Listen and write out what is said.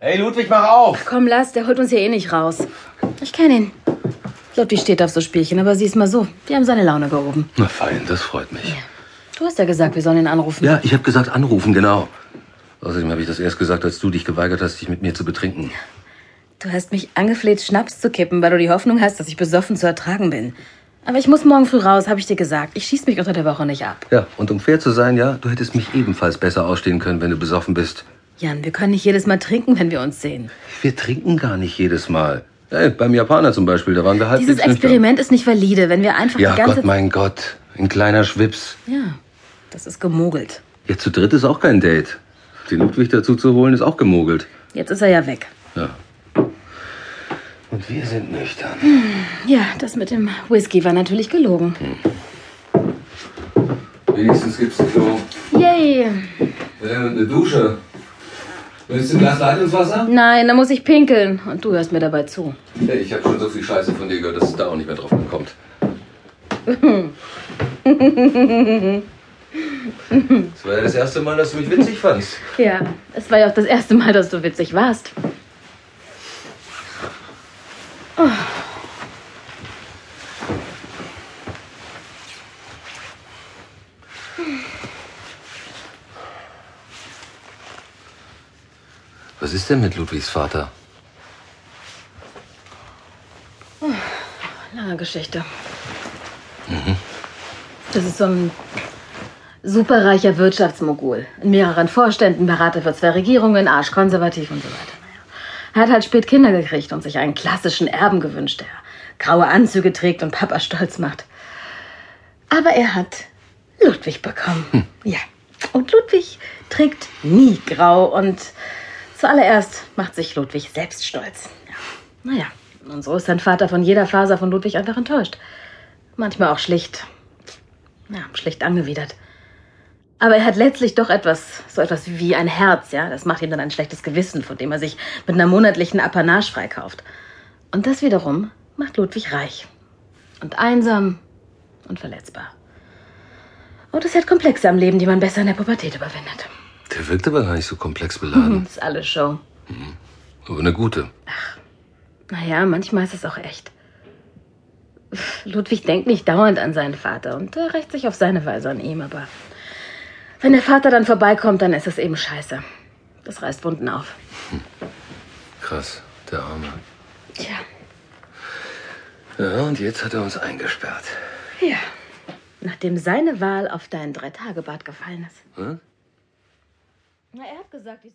Hey Ludwig, mach auf! Komm, lass, der holt uns hier eh nicht raus. Ich kenne ihn. Ludwig steht auf so Spielchen, aber sieh's mal so. Wir haben seine Laune gehoben. Na fein, das freut mich. Du hast ja gesagt, wir sollen ihn anrufen. Ja, ich habe gesagt anrufen, genau. Außerdem habe ich das erst gesagt, als du dich geweigert hast, dich mit mir zu betrinken. Du hast mich angefleht, Schnaps zu kippen, weil du die Hoffnung hast, dass ich besoffen zu ertragen bin. Aber ich muss morgen früh raus, habe ich dir gesagt. Ich schieß mich unter der Woche nicht ab. Ja, und um fair zu sein, ja, du hättest mich ebenfalls besser ausstehen können, wenn du besoffen bist. Jan, wir können nicht jedes Mal trinken, wenn wir uns sehen. Wir trinken gar nicht jedes Mal. Hey, beim Japaner zum Beispiel, da waren wir halb Dieses Experiment ist nicht valide, wenn wir einfach Ja, die ganze Gott, mein Gott. Ein kleiner Schwips. Ja, das ist gemogelt. Ja, zu dritt ist auch kein Date. Den Ludwig dazu zu holen, ist auch gemogelt. Jetzt ist er ja weg. Ja. Und wir sind nüchtern. Hm. Ja, das mit dem Whisky war natürlich gelogen. Hm. Wenigstens gibt's ein Klo. Yay! Äh, eine Dusche. Willst du ein Glas Leitungswasser? Nein, da muss ich pinkeln. Und du hörst mir dabei zu. Hey, ich habe schon so viel Scheiße von dir gehört, dass es da auch nicht mehr drauf ankommt. Das war ja das erste Mal, dass du mich witzig fandst. Ja, es war ja auch das erste Mal, dass du witzig warst. Was ist denn mit Ludwigs Vater? Lange Geschichte. Das ist so ein superreicher Wirtschaftsmogul. In mehreren Vorständen, Berater für zwei Regierungen, arschkonservativ und so weiter. Naja. Hat halt spät Kinder gekriegt und sich einen klassischen Erben gewünscht, der graue Anzüge trägt und Papa stolz macht. Aber er hat Ludwig bekommen. Ja. Und Ludwig trägt nie grau und zuallererst macht sich Ludwig selbst stolz. Ja. Naja, und so ist sein Vater von jeder Faser von Ludwig einfach enttäuscht. Manchmal auch schlicht, ja, schlicht angewidert. Aber er hat letztlich doch etwas, so etwas wie ein Herz, ja. Das macht ihm dann ein schlechtes Gewissen, von dem er sich mit einer monatlichen Apanage freikauft. Und das wiederum macht Ludwig reich. Und einsam und verletzbar. Und es hat Komplexe am Leben, die man besser in der Pubertät überwindet. Der wirkt aber gar nicht so komplex beladen. Das ist alles Show. Aber eine gute. Naja, manchmal ist es auch echt. Ludwig denkt nicht dauernd an seinen Vater und er rächt sich auf seine Weise an ihm, aber wenn der Vater dann vorbeikommt, dann ist es eben scheiße. Das reißt Wunden auf. Krass, der Arme. Tja, Ja, und jetzt hat er uns eingesperrt. ja. Nachdem seine Wahl auf dein Drei-Tage-Bad gefallen ist. Hm? Na, er hat gesagt, ich soll.